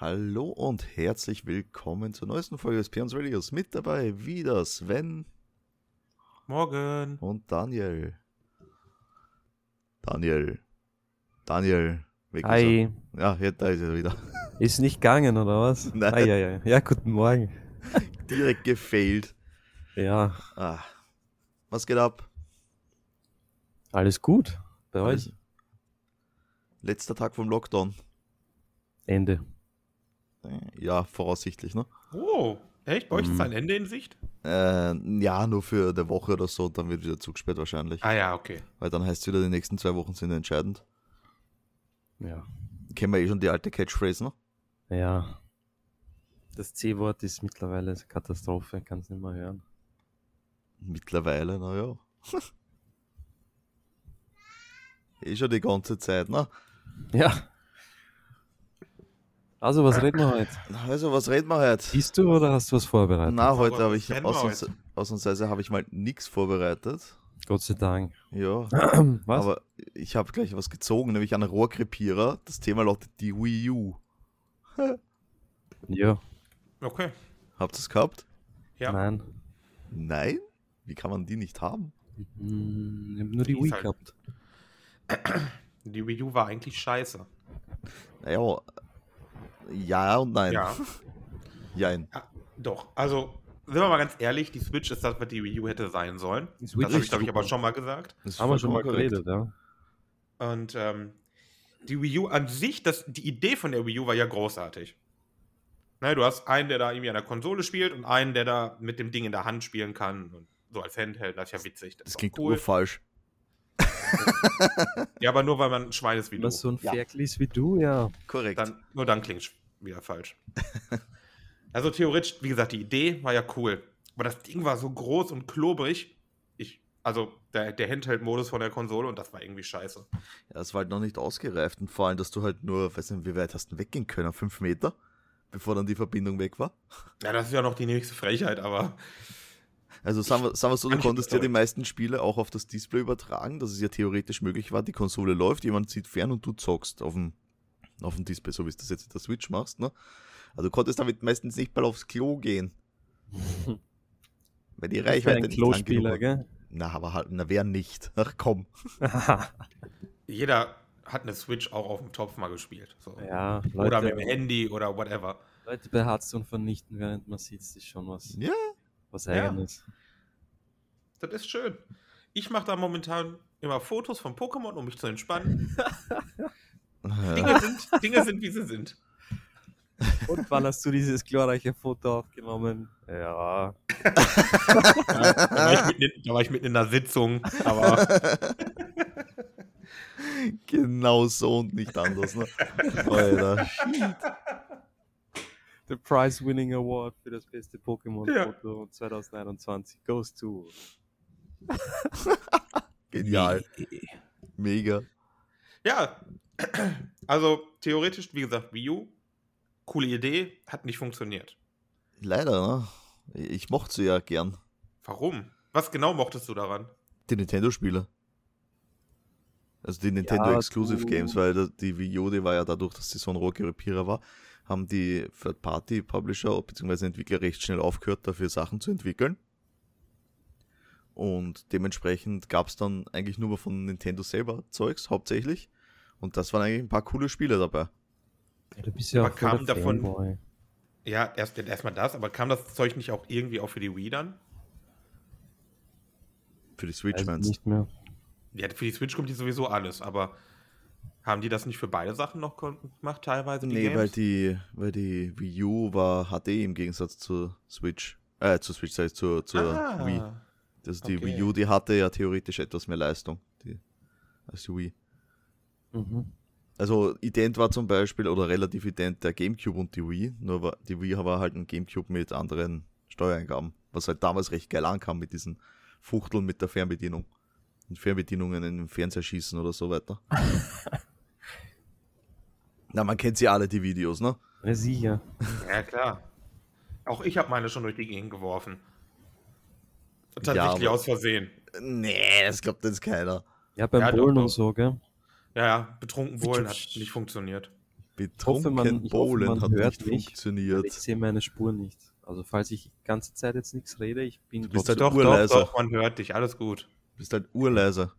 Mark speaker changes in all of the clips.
Speaker 1: Hallo und herzlich willkommen zur neuesten Folge des Peons Radios. Mit dabei wieder Sven
Speaker 2: Morgen.
Speaker 1: und Daniel. Daniel. Daniel. Weg ist
Speaker 2: Hi.
Speaker 1: er. Ja, jetzt da ist er wieder.
Speaker 2: Ist nicht gegangen, oder was?
Speaker 1: Nein.
Speaker 2: Ei, ei, ei. Ja, guten Morgen.
Speaker 1: Direkt gefailt.
Speaker 2: Ja,
Speaker 1: Ah. Was geht ab?
Speaker 2: alles gut bei euch?
Speaker 1: Letzter Tag vom Lockdown.
Speaker 2: Ende.
Speaker 1: Ja, voraussichtlich, ne?
Speaker 3: Oh, echt? Bei euch ist
Speaker 1: Mhm.
Speaker 3: ein Ende in Sicht?
Speaker 1: Äh, ja, nur für eine Woche oder so, dann wird wieder zugesperrt wahrscheinlich.
Speaker 3: Ah ja, okay.
Speaker 1: Weil dann heißt es wieder, die nächsten zwei Wochen sind entscheidend.
Speaker 2: Ja.
Speaker 1: Kennen wir eh schon die alte Catchphrase, ne?
Speaker 2: Ja. Das C-Wort ist mittlerweile eine Katastrophe, kann es nicht mehr hören.
Speaker 1: Mittlerweile, naja. eh schon die ganze Zeit, ne?
Speaker 2: Ja. Also, was reden wir heute?
Speaker 1: Also, was reden wir heute?
Speaker 2: Siehst du oder hast du was vorbereitet?
Speaker 1: Na, heute
Speaker 3: Aber
Speaker 1: habe
Speaker 3: was
Speaker 1: ich
Speaker 3: reden wir
Speaker 1: ausnahms ausnahmsweise habe ich mal nichts vorbereitet.
Speaker 2: Gott sei Dank.
Speaker 1: Ja,
Speaker 2: Was?
Speaker 1: aber ich habe gleich was gezogen, nämlich einen Rohrkrepierer. Das Thema lautet die Wii U.
Speaker 2: ja.
Speaker 3: Okay.
Speaker 1: Habt ihr es gehabt?
Speaker 3: Ja.
Speaker 2: Nein.
Speaker 1: Nein? Wie kann man die nicht haben?
Speaker 2: Hm, Ich habe nur die
Speaker 3: Ist
Speaker 2: Wii
Speaker 3: halt-
Speaker 2: gehabt.
Speaker 3: Die Wii U war eigentlich scheiße.
Speaker 1: Naja, ja und nein.
Speaker 3: Ja.
Speaker 1: Jein.
Speaker 3: Ah, Doch. Also, sind wir mal ganz ehrlich, die Switch ist das, was die Wii U hätte sein sollen.
Speaker 2: Die Switch
Speaker 3: Das habe
Speaker 1: ist
Speaker 3: ich, glaube ich,
Speaker 1: super.
Speaker 3: aber schon mal gesagt.
Speaker 1: Das ist
Speaker 2: Haben wir schon mal
Speaker 1: vollkommen korrekt.
Speaker 2: geredet, ja.
Speaker 3: Und ähm, die Wii U an sich, das, die Idee von der Wii U war ja großartig. Ne, du hast einen, der da irgendwie an der Konsole spielt und einen, der da mit dem Ding in der Hand spielen kann. Und so als Handheld, das ist ja witzig.
Speaker 1: Das
Speaker 3: ist auch
Speaker 1: klingt
Speaker 3: cool.
Speaker 1: urfalsch.
Speaker 3: Ja, aber nur weil man ein Schwein ist wie du.
Speaker 2: Immer so ein
Speaker 1: Ja.
Speaker 2: Ferklis wie du, ja.
Speaker 1: Korrekt.
Speaker 3: Dann, nur dann klingt wieder falsch. also theoretisch, wie gesagt, die Idee war ja cool. Aber das Ding war so groß und klobrig. Ich, also der, der Handheld-Modus von der Konsole und das war irgendwie scheiße.
Speaker 1: Ja, es war halt noch nicht ausgereift und vor allem, dass du halt nur, weiß nicht, wie weit hast du weggehen können? Fünf Meter? Bevor dann die Verbindung weg war?
Speaker 3: Ja, das ist ja noch die nächste Frechheit, aber
Speaker 1: Also sagen wir, sagen wir so, du
Speaker 3: Kann ich
Speaker 1: konntest ja die
Speaker 3: überzeugen.
Speaker 1: meisten Spiele auch auf das Display übertragen, dass es ja theoretisch möglich war, die Konsole läuft, jemand sieht fern und du zockst auf dem, auf dem Display, so wie es das jetzt mit der Switch machst, ne? Also du konntest damit meistens nicht mal aufs Klo gehen. Weil die
Speaker 2: Ich bin
Speaker 1: Reichweite
Speaker 2: ein
Speaker 1: nicht lang
Speaker 2: Klospieler,
Speaker 1: genug war.
Speaker 2: gell?
Speaker 1: Na, aber halt, na, wer nicht? Ach komm.
Speaker 3: jeder hat eine Switch auch auf dem Topf mal gespielt. So.
Speaker 2: ja,
Speaker 3: oder mit
Speaker 2: Leute,
Speaker 3: dem Handy oder whatever.
Speaker 2: Leute beherzt und vernichten, während man sitzt, ist schon was,
Speaker 1: Ja,
Speaker 2: was
Speaker 3: Ja.
Speaker 2: Eigenes.
Speaker 3: Das ist schön. Ich mache da momentan immer Fotos von Pokémon, um mich zu entspannen. Dinge, sind, Dinge sind, wie sie sind.
Speaker 2: Und wann hast du dieses glorreiche Foto aufgenommen? Ja.
Speaker 3: Da war ich mitten in, da war ich mitten in einer Sitzung, aber
Speaker 1: genau so und nicht anders, ne? Alter.
Speaker 2: The Prize Winning Award für das beste Pokémon-Foto 2021 goes to.
Speaker 1: Genial. Mega.
Speaker 3: Ja, also theoretisch, wie gesagt, Wii U, coole Idee, hat nicht funktioniert.
Speaker 1: Leider, ne? Ich mochte sie ja gern.
Speaker 3: Warum? Was genau mochtest du daran?
Speaker 1: Die Nintendo-Spiele. Also die Nintendo Exclusive
Speaker 2: du-
Speaker 1: Games, weil da- die Wii U, die war ja dadurch, dass sie so ein Rohrkrepierer war, haben die Third-Party-Publisher bzw. Entwickler recht schnell aufgehört, dafür Sachen zu entwickeln. Und dementsprechend gab es dann eigentlich nur mal von Nintendo selber Zeugs, hauptsächlich. Und das waren eigentlich ein paar coole Spiele dabei.
Speaker 2: Ja, du bist ja
Speaker 3: Aber
Speaker 2: auch voll
Speaker 3: kam
Speaker 2: der
Speaker 3: davon-
Speaker 2: Fanboy.
Speaker 3: Ja, erst erstmal das, aber kam das Zeug nicht auch irgendwie auch für die Wii dann?
Speaker 1: Für die Switch
Speaker 2: Weiß
Speaker 1: meinst du?
Speaker 2: Also nicht mehr.
Speaker 3: Ja, für die Switch kommt ja sowieso alles, aber haben die das nicht für beide Sachen noch kon- gemacht, teilweise? Die
Speaker 1: Nee,
Speaker 3: Games?
Speaker 1: weil die, weil die Wii U war HD im Gegensatz zur Switch. Äh, zur Switch, sag ich, zur, zur
Speaker 3: ah,
Speaker 1: Wii. Also die
Speaker 3: okay.
Speaker 1: Wii U, die hatte ja theoretisch etwas mehr Leistung die, als die Wii.
Speaker 2: Mhm.
Speaker 1: Also ident war zum Beispiel, oder relativ ident, der Gamecube und die Wii. Nur war, die Wii war halt ein Gamecube mit anderen Steuereingaben, was halt damals recht geil ankam mit diesen Fuchteln mit der Fernbedienung. Und Fernbedienungen in den Fernseher schießen oder so weiter. Na, man kennt sie alle, die Videos, ne?
Speaker 2: Ja, sicher.
Speaker 3: Ja, klar. Auch ich habe meine schon durch die Gegend geworfen.
Speaker 1: Ja,
Speaker 3: Tatsächlich
Speaker 1: aber-
Speaker 3: aus Versehen.
Speaker 1: Nee, das glaubt jetzt keiner.
Speaker 2: Ja, beim
Speaker 3: Ja, doch,
Speaker 2: Bohlen und
Speaker 3: doch.
Speaker 2: so, gell?
Speaker 3: Ja, ja, betrunken wohlen hat nicht funktioniert.
Speaker 2: hoffe, man-
Speaker 1: Betrunken
Speaker 2: ich hoffe, man
Speaker 1: Bowlen hat
Speaker 2: hört
Speaker 1: nicht
Speaker 2: mich.
Speaker 1: funktioniert.
Speaker 2: Ich sehe meine Spur nicht. Also falls ich die ganze Zeit jetzt nichts rede, ich bin
Speaker 1: bist
Speaker 2: trotzdem-
Speaker 1: halt
Speaker 3: Doch, doch,
Speaker 1: Urleiser.
Speaker 3: doch, man hört dich, alles gut.
Speaker 1: Bist halt urleiser.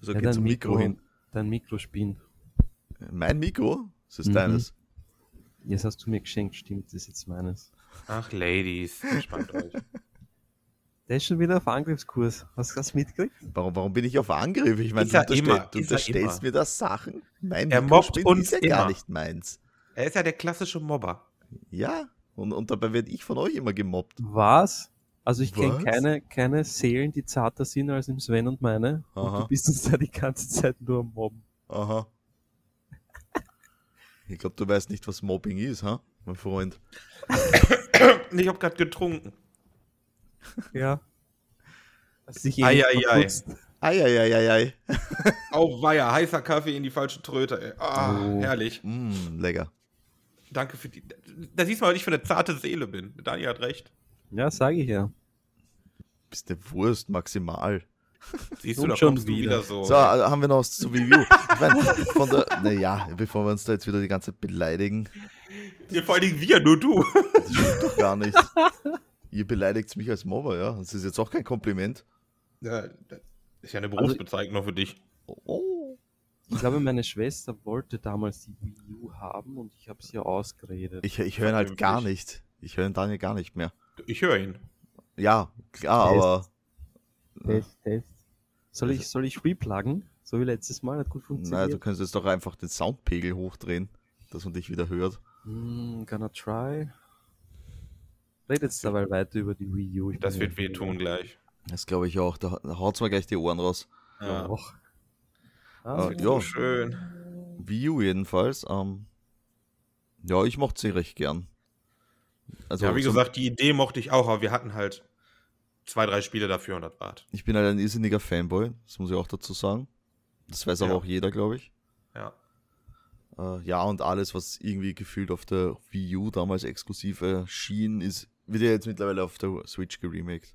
Speaker 1: Also
Speaker 2: Ja,
Speaker 1: geh
Speaker 2: dein
Speaker 1: zum Mikro, hin.
Speaker 2: Dein Mikro spinnt.
Speaker 1: Mein Mikro? Das ist
Speaker 2: Mhm.
Speaker 1: deines.
Speaker 2: Jetzt hast du mir geschenkt, stimmt, das ist jetzt meines.
Speaker 3: Ach, Ladies, entspannt euch.
Speaker 2: Der ist schon wieder auf Angriffskurs. Hast du das mitgekriegt?
Speaker 1: Warum, warum bin ich auf Angriff? Ich meine,
Speaker 3: Ist
Speaker 1: du,
Speaker 3: er immer,
Speaker 1: unterstell, du
Speaker 3: ist er
Speaker 1: unterstellst
Speaker 3: immer.
Speaker 1: mir das Sachen. Mein
Speaker 3: Er
Speaker 1: Mikro
Speaker 3: mobbt
Speaker 1: spinnt,
Speaker 3: uns
Speaker 1: ist ja gar
Speaker 3: immer.
Speaker 1: nicht meins.
Speaker 3: Er ist ja der klassische Mobber.
Speaker 1: Ja, und, und dabei werde ich von euch immer gemobbt.
Speaker 2: Was? Also ich kenne
Speaker 1: Was?
Speaker 2: keine, keine Seelen, die zarter sind als im Sven und meine. Und
Speaker 1: Aha.
Speaker 2: du bist uns da die ganze Zeit nur am Mobben.
Speaker 1: Aha. Ich glaube, du weißt nicht, was Mobbing ist, ha? mein Freund.
Speaker 3: Ich habe gerade getrunken.
Speaker 2: Ja. Hast dich
Speaker 3: Ei,
Speaker 2: eh
Speaker 3: ei, ei.
Speaker 2: verputzt.
Speaker 1: Eieieiei.
Speaker 3: Auch Weiher, heißer Kaffee in die falsche Tröte. Ey. Ah,
Speaker 2: Oh.
Speaker 3: herrlich.
Speaker 1: Mm, lecker.
Speaker 3: Danke für die. Da siehst du mal, was ich für eine zarte Seele bin. Dani hat recht.
Speaker 2: Ja, sage ich ja.
Speaker 1: Bist eine Wurst maximal.
Speaker 3: Siehst
Speaker 2: Nun
Speaker 3: du, da
Speaker 2: schon
Speaker 3: kommst du
Speaker 2: wieder.
Speaker 3: wieder so.
Speaker 1: So, also haben wir noch was zu Review. Ich mein, von der, naja, bevor wir uns da jetzt wieder die ganze Zeit beleidigen,
Speaker 3: Ja, vor allen Dingen wir, nur du.
Speaker 1: das stimmt doch gar nicht. Ihr beleidigt mich als Mobber, ja. Das ist jetzt auch kein Kompliment.
Speaker 3: Ja, das ist ja eine Berufsbezeichnung für dich.
Speaker 1: Oh.
Speaker 2: Ich glaube, meine Schwester wollte damals die Wii U haben und ich habe sie ausgeredet.
Speaker 1: Ich, ich höre ihn halt gar nicht. Ich höre ihn Daniel gar nicht mehr.
Speaker 3: Ich höre ihn.
Speaker 1: Ja, klar,
Speaker 2: Test.
Speaker 1: aber
Speaker 2: Test, Test. Soll
Speaker 3: Also-
Speaker 2: ich, soll ich repluggen? So wie letztes Mal, hat gut
Speaker 1: na,
Speaker 2: funktioniert.
Speaker 1: du könntest doch einfach den Soundpegel hochdrehen, dass man dich wieder hört.
Speaker 2: Mm, gonna try. Red jetzt dabei weiter über die Wii U. Ich
Speaker 3: Das
Speaker 2: bin
Speaker 3: wird
Speaker 2: ja-
Speaker 3: wehtun gleich.
Speaker 1: Das glaube ich auch. Da, da haut's mir gleich die Ohren raus.
Speaker 3: Ja.
Speaker 2: Och.
Speaker 1: Ah,
Speaker 2: Ah,
Speaker 1: ja.
Speaker 3: So schön.
Speaker 1: Wii U jedenfalls. Ähm, ja, ich mochte sie recht gern. Also,
Speaker 3: ja, wie
Speaker 1: zum-
Speaker 3: gesagt, die Idee mochte ich auch, aber wir hatten halt zwei, drei Spiele dafür und das war's.
Speaker 1: ich bin halt ein irrsinniger Fanboy, das muss ich auch dazu sagen. Das weiß aber
Speaker 3: Ja.
Speaker 1: auch jeder, glaube ich.
Speaker 3: Ja.
Speaker 1: Äh, ja, und alles, was irgendwie gefühlt auf der Wii U damals exklusiv erschien, ist, wird ja jetzt mittlerweile auf der Switch geremaked.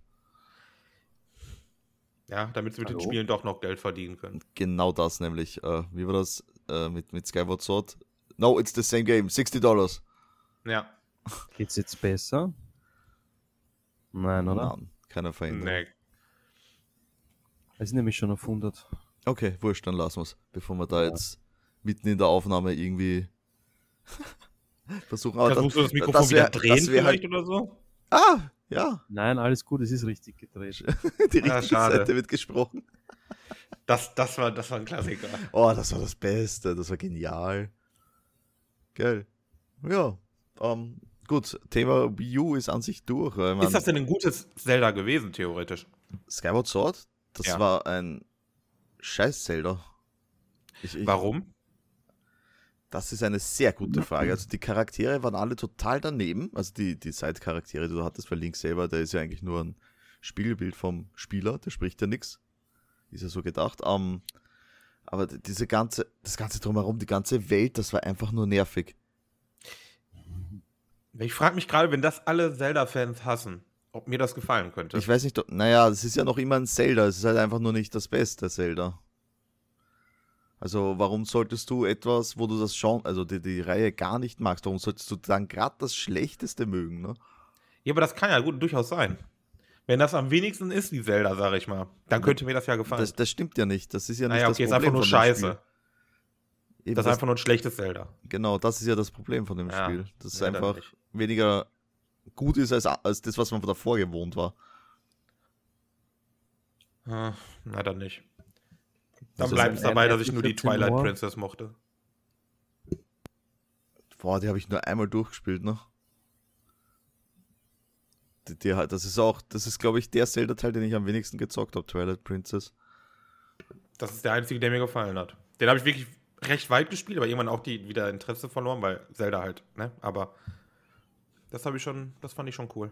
Speaker 3: Ja, damit sie mit den
Speaker 2: Hallo?
Speaker 3: Spielen doch noch Geld verdienen können.
Speaker 1: Genau das nämlich. Äh, wie war das äh, mit, mit Skyward Sword? No, it's the same game. 60 Dollars.
Speaker 3: Ja.
Speaker 2: Geht's jetzt besser? Nein, oder?
Speaker 1: Nein, keine Veränderung.
Speaker 3: Nee.
Speaker 2: Es ist nämlich schon auf 100.
Speaker 1: Okay, wurscht, dann lassen wir's, bevor wir da
Speaker 2: Ja.
Speaker 1: jetzt mitten in der Aufnahme irgendwie versuchen. Aber
Speaker 3: Kannst,
Speaker 1: das,
Speaker 3: musst du das Mikrofon
Speaker 1: das wär-
Speaker 3: wieder drehen
Speaker 1: das wär halt
Speaker 3: vielleicht oder so?
Speaker 1: ah, ja,
Speaker 2: Nein, alles gut, es ist richtig gedreht.
Speaker 1: die richtige
Speaker 3: Ah, schade.
Speaker 1: Seite wird gesprochen.
Speaker 3: Das, das, war, das war ein Klassiker.
Speaker 1: Oh, das war das Beste, das war genial. Geil. Ja, ähm, gut, Thema Wii U ist an sich durch. weil man-
Speaker 3: Ist das denn ein gutes Zelda gewesen, theoretisch?
Speaker 1: Skyward Sword, das
Speaker 3: Ja.
Speaker 1: war ein scheiß Zelda. Ich, ich,
Speaker 3: Warum?
Speaker 1: Das ist eine sehr gute Frage. Also die Charaktere waren alle total daneben. Also die, die Side-Charaktere, die du hattest, weil Link selber, der ist ja eigentlich nur ein Spiegelbild vom Spieler, der spricht ja nix. Ist ja so gedacht. Ähm, aber d- diese ganze, das ganze drumherum, die ganze Welt, das war einfach nur nervig.
Speaker 3: Ich frage mich gerade, wenn das alle Zelda-Fans hassen, ob mir das gefallen könnte.
Speaker 1: Ich weiß nicht, ob- naja, es ist ja noch immer ein Zelda, es ist halt einfach nur nicht das beste Zelda. Also warum solltest du etwas, wo du das schon, also die, die Reihe gar nicht magst, warum solltest du dann gerade das Schlechteste mögen, ne?
Speaker 3: ja, aber das kann ja gut durchaus sein. Wenn das am wenigsten ist, die Zelda, sag ich mal, dann könnte mir das ja gefallen.
Speaker 1: Das, das stimmt ja nicht. Das ist ja nicht
Speaker 3: naja,
Speaker 1: das
Speaker 3: okay, ist
Speaker 1: Problem
Speaker 3: einfach nur
Speaker 1: von dem
Speaker 3: scheiße.
Speaker 1: Spiel. Eben das
Speaker 3: Das ist einfach nur ein schlechtes Zelda.
Speaker 1: genau, das ist ja das Problem von dem
Speaker 3: Ja,
Speaker 1: Spiel. Dass es
Speaker 3: nee, dann
Speaker 1: einfach
Speaker 3: nicht.
Speaker 1: weniger gut ist als, als das, was man davor gewohnt war.
Speaker 3: Ah, Na, dann nicht. Dann
Speaker 1: Also es
Speaker 3: bleibt es
Speaker 1: ist ein
Speaker 3: dabei, dass ich nur die
Speaker 2: 14 Uhr.
Speaker 3: Twilight Princess mochte.
Speaker 1: Boah, die habe ich nur einmal durchgespielt, ne? Die, die, hat- das ist auch, das ist, glaube ich, der Zelda-Teil, den ich am wenigsten gezockt habe, Twilight Princess.
Speaker 3: Das ist der einzige, der mir gefallen hat. Den habe ich wirklich recht weit gespielt, aber irgendwann auch die wieder Interesse verloren, weil Zelda halt, ne? Aber das habe ich schon, das fand ich schon cool.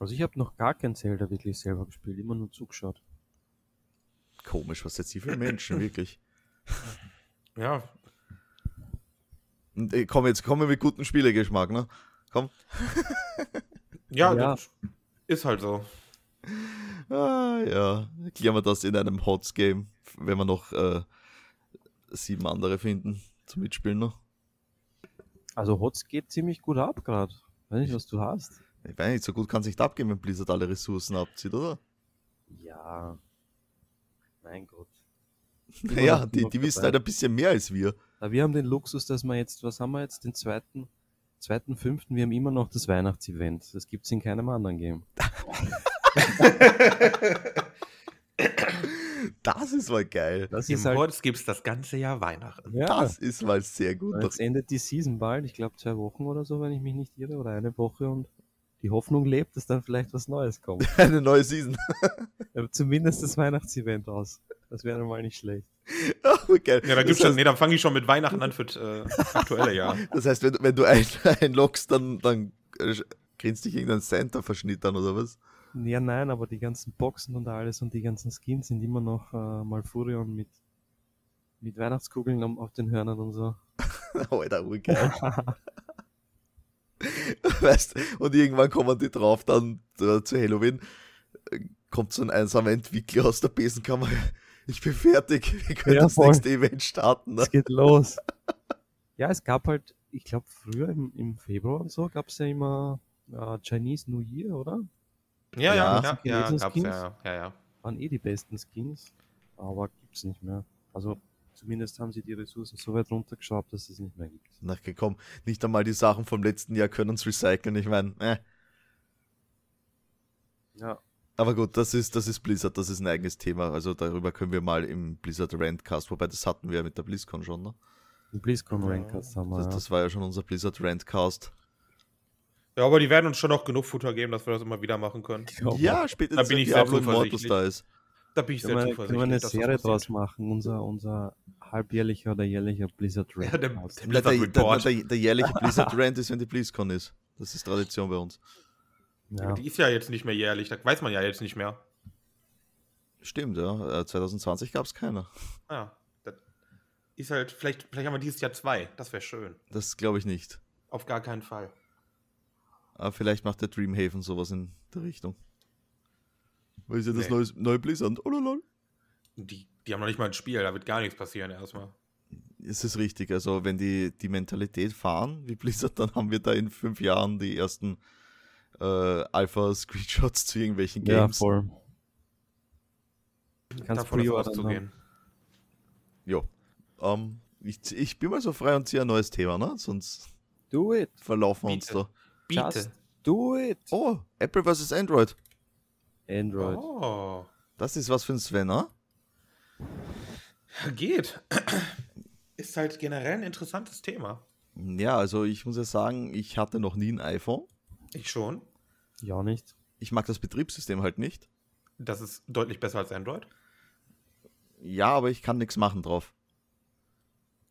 Speaker 2: Also ich habe noch gar kein Zelda wirklich selber gespielt, immer nur zugeschaut.
Speaker 1: Komisch, was jetzt die für Menschen, wirklich.
Speaker 3: Ja,
Speaker 1: Und, äh, komm, jetzt kommen wir mit gutem Spielegeschmack, ne?
Speaker 3: ja,
Speaker 2: Ja.
Speaker 3: Das ist halt so.
Speaker 1: Ah, ja. Klären wir das in einem Hots Game, ne? wenn wir noch äh, sieben andere finden zum Mitspielen noch.
Speaker 2: Also Hotz geht ziemlich gut ab gerade. Weiß nicht, was du hast.
Speaker 1: Ich weiß nicht, so gut kann es nicht abgehen, wenn Blizzard alle Ressourcen abzieht, oder?
Speaker 2: Ja. Mein Gott.
Speaker 1: Naja,
Speaker 2: noch-
Speaker 1: die,
Speaker 2: noch
Speaker 1: die wissen
Speaker 2: dabei.
Speaker 1: halt ein bisschen mehr als wir.
Speaker 2: Aber wir haben den Luxus, dass wir jetzt, was haben wir jetzt, den zweiten, zweiten, fünften, wir haben immer noch das Weihnachtsevent. Das gibt's in keinem anderen Game.
Speaker 1: Das ist mal geil.
Speaker 2: Das
Speaker 3: Im
Speaker 2: ist
Speaker 3: halt
Speaker 2: halt,
Speaker 3: Worts gibt's das ganze Jahr Weihnachten.
Speaker 2: ja,
Speaker 1: Das ist mal sehr gut.
Speaker 2: Weil Jetzt endet die Season bald, ich glaube zwei Wochen oder so, wenn ich mich nicht irre, oder eine Woche und die Hoffnung lebt, dass dann vielleicht was Neues kommt.
Speaker 1: Eine neue Season.
Speaker 2: Aber zumindest das Weihnachtsevent aus. Das wäre mal nicht schlecht.
Speaker 1: Oh, geil.
Speaker 3: Ja, da gibt's
Speaker 1: das,
Speaker 3: schon, nee, dann fange ich schon mit Weihnachten an für das äh, aktuelle Jahr.
Speaker 1: das heißt, wenn, du- wenn du ein, einloggst, dann, dann äh, grinst dich irgendein Santa-Verschnitt an oder was?
Speaker 2: Ja, nein, aber die ganzen Boxen und alles und die ganzen Skins sind immer noch äh, Malfurion mit, mit Weihnachtskugeln am- auf den Hörnern und so.
Speaker 1: Oh, Alter, urgeil. weißt, und irgendwann kommen die drauf, dann äh, zu Halloween äh, kommt so ein einsamer Entwickler aus der Besenkammer. Ich bin fertig, wir können
Speaker 2: Ja,
Speaker 1: das
Speaker 2: voll.
Speaker 1: nächste Event starten. Ne?
Speaker 2: Es geht los. Ja, es gab halt, ich glaube früher im, im Februar und so gab's ja immer äh, Chinese New Year, oder?
Speaker 1: Ja.
Speaker 3: Ja, ja, ja, ja,
Speaker 2: Gewesen
Speaker 3: gab's,
Speaker 2: Skins?
Speaker 3: ja, ja, ja.
Speaker 2: waren eh die besten Skins, aber gibt's nicht mehr. Also zumindest haben sie die Ressourcen so weit runtergeschraubt, dass es nicht mehr gibt.
Speaker 1: Nachgekommen. Nicht einmal die Sachen vom letzten Jahr können uns recyceln. Ich meine, äh.
Speaker 2: Ja.
Speaker 1: aber gut, das ist, das ist Blizzard, das ist ein eigenes Thema. Also darüber können wir mal im Blizzard Rantcast, wobei das hatten wir ja mit der BlizzCon schon. Ne?
Speaker 2: Ein BlizzCon
Speaker 3: Ja.
Speaker 2: Rankers haben wir.
Speaker 1: Das, das war ja schon unser Blizzard Rantcast.
Speaker 3: Ja, aber die werden uns schon noch genug Futter geben, dass wir das immer wieder machen können.
Speaker 2: ja,
Speaker 1: Ja, spätestens
Speaker 3: Da bin
Speaker 1: wenn
Speaker 3: ich sehr
Speaker 1: Diablo Immortals
Speaker 3: zuversichtlich.
Speaker 1: da ist.
Speaker 3: Da bin ich sehr
Speaker 2: können wir, können wir eine
Speaker 3: zuversichtlich. dass das
Speaker 2: Serie
Speaker 3: passiert.
Speaker 2: draus machen, unser, unser halbjährlicher oder jährlicher Blizzard
Speaker 3: Ja, der-
Speaker 2: Rankers.
Speaker 1: Na,
Speaker 3: Blizzard
Speaker 1: der, der,
Speaker 3: Report.
Speaker 1: der, der jährliche Blizzard Rant ist, wenn die BlizzCon ist. Das ist Tradition bei uns.
Speaker 2: Ja,
Speaker 3: Die ist ja jetzt nicht mehr jährlich, da weiß man ja jetzt nicht mehr.
Speaker 1: Stimmt, ja. Äh, 2020 gab es keine.
Speaker 3: Ja, Ah, das ist halt, vielleicht, vielleicht haben wir dieses Jahr zwei. Das wäre schön.
Speaker 1: Das glaube ich nicht.
Speaker 3: Auf gar keinen Fall.
Speaker 1: Aber vielleicht macht der Dreamhaven sowas in der Richtung. Weil ist ja das
Speaker 3: Nee.
Speaker 1: neue, neue Blizzard. Oh, lol.
Speaker 3: Die, die haben noch nicht mal ein Spiel, da wird gar nichts passieren erstmal.
Speaker 1: Es ist richtig. Also, wenn die die Mentalität fahren wie Blizzard, dann haben wir da in fünf Jahren die ersten äh, Alpha-Screenshots zu irgendwelchen
Speaker 2: ja
Speaker 1: Games.
Speaker 2: voll. Kannst
Speaker 3: Davon ist
Speaker 2: pre-ordern,
Speaker 3: auszugehen.
Speaker 1: Ja. Ähm, ich, ich bin mal so frei und ziehe ein neues Thema, ne? Sonst
Speaker 2: Do it.
Speaker 1: verlaufen wir uns
Speaker 3: Bitte.
Speaker 1: da.
Speaker 3: Biete.
Speaker 2: Just do it.
Speaker 1: Oh, Apple vs. Android.
Speaker 2: Android.
Speaker 3: Oh,
Speaker 1: Das ist was für ein Sven, ne?
Speaker 3: geht. Ist halt generell ein interessantes Thema.
Speaker 1: Ja, also ich muss ja sagen, ich hatte noch nie ein iPhone.
Speaker 3: Ich schon.
Speaker 2: Ja, nicht.
Speaker 1: Ich mag das Betriebssystem halt nicht.
Speaker 3: Das ist deutlich besser als Android.
Speaker 1: Ja, aber ich kann nichts machen drauf.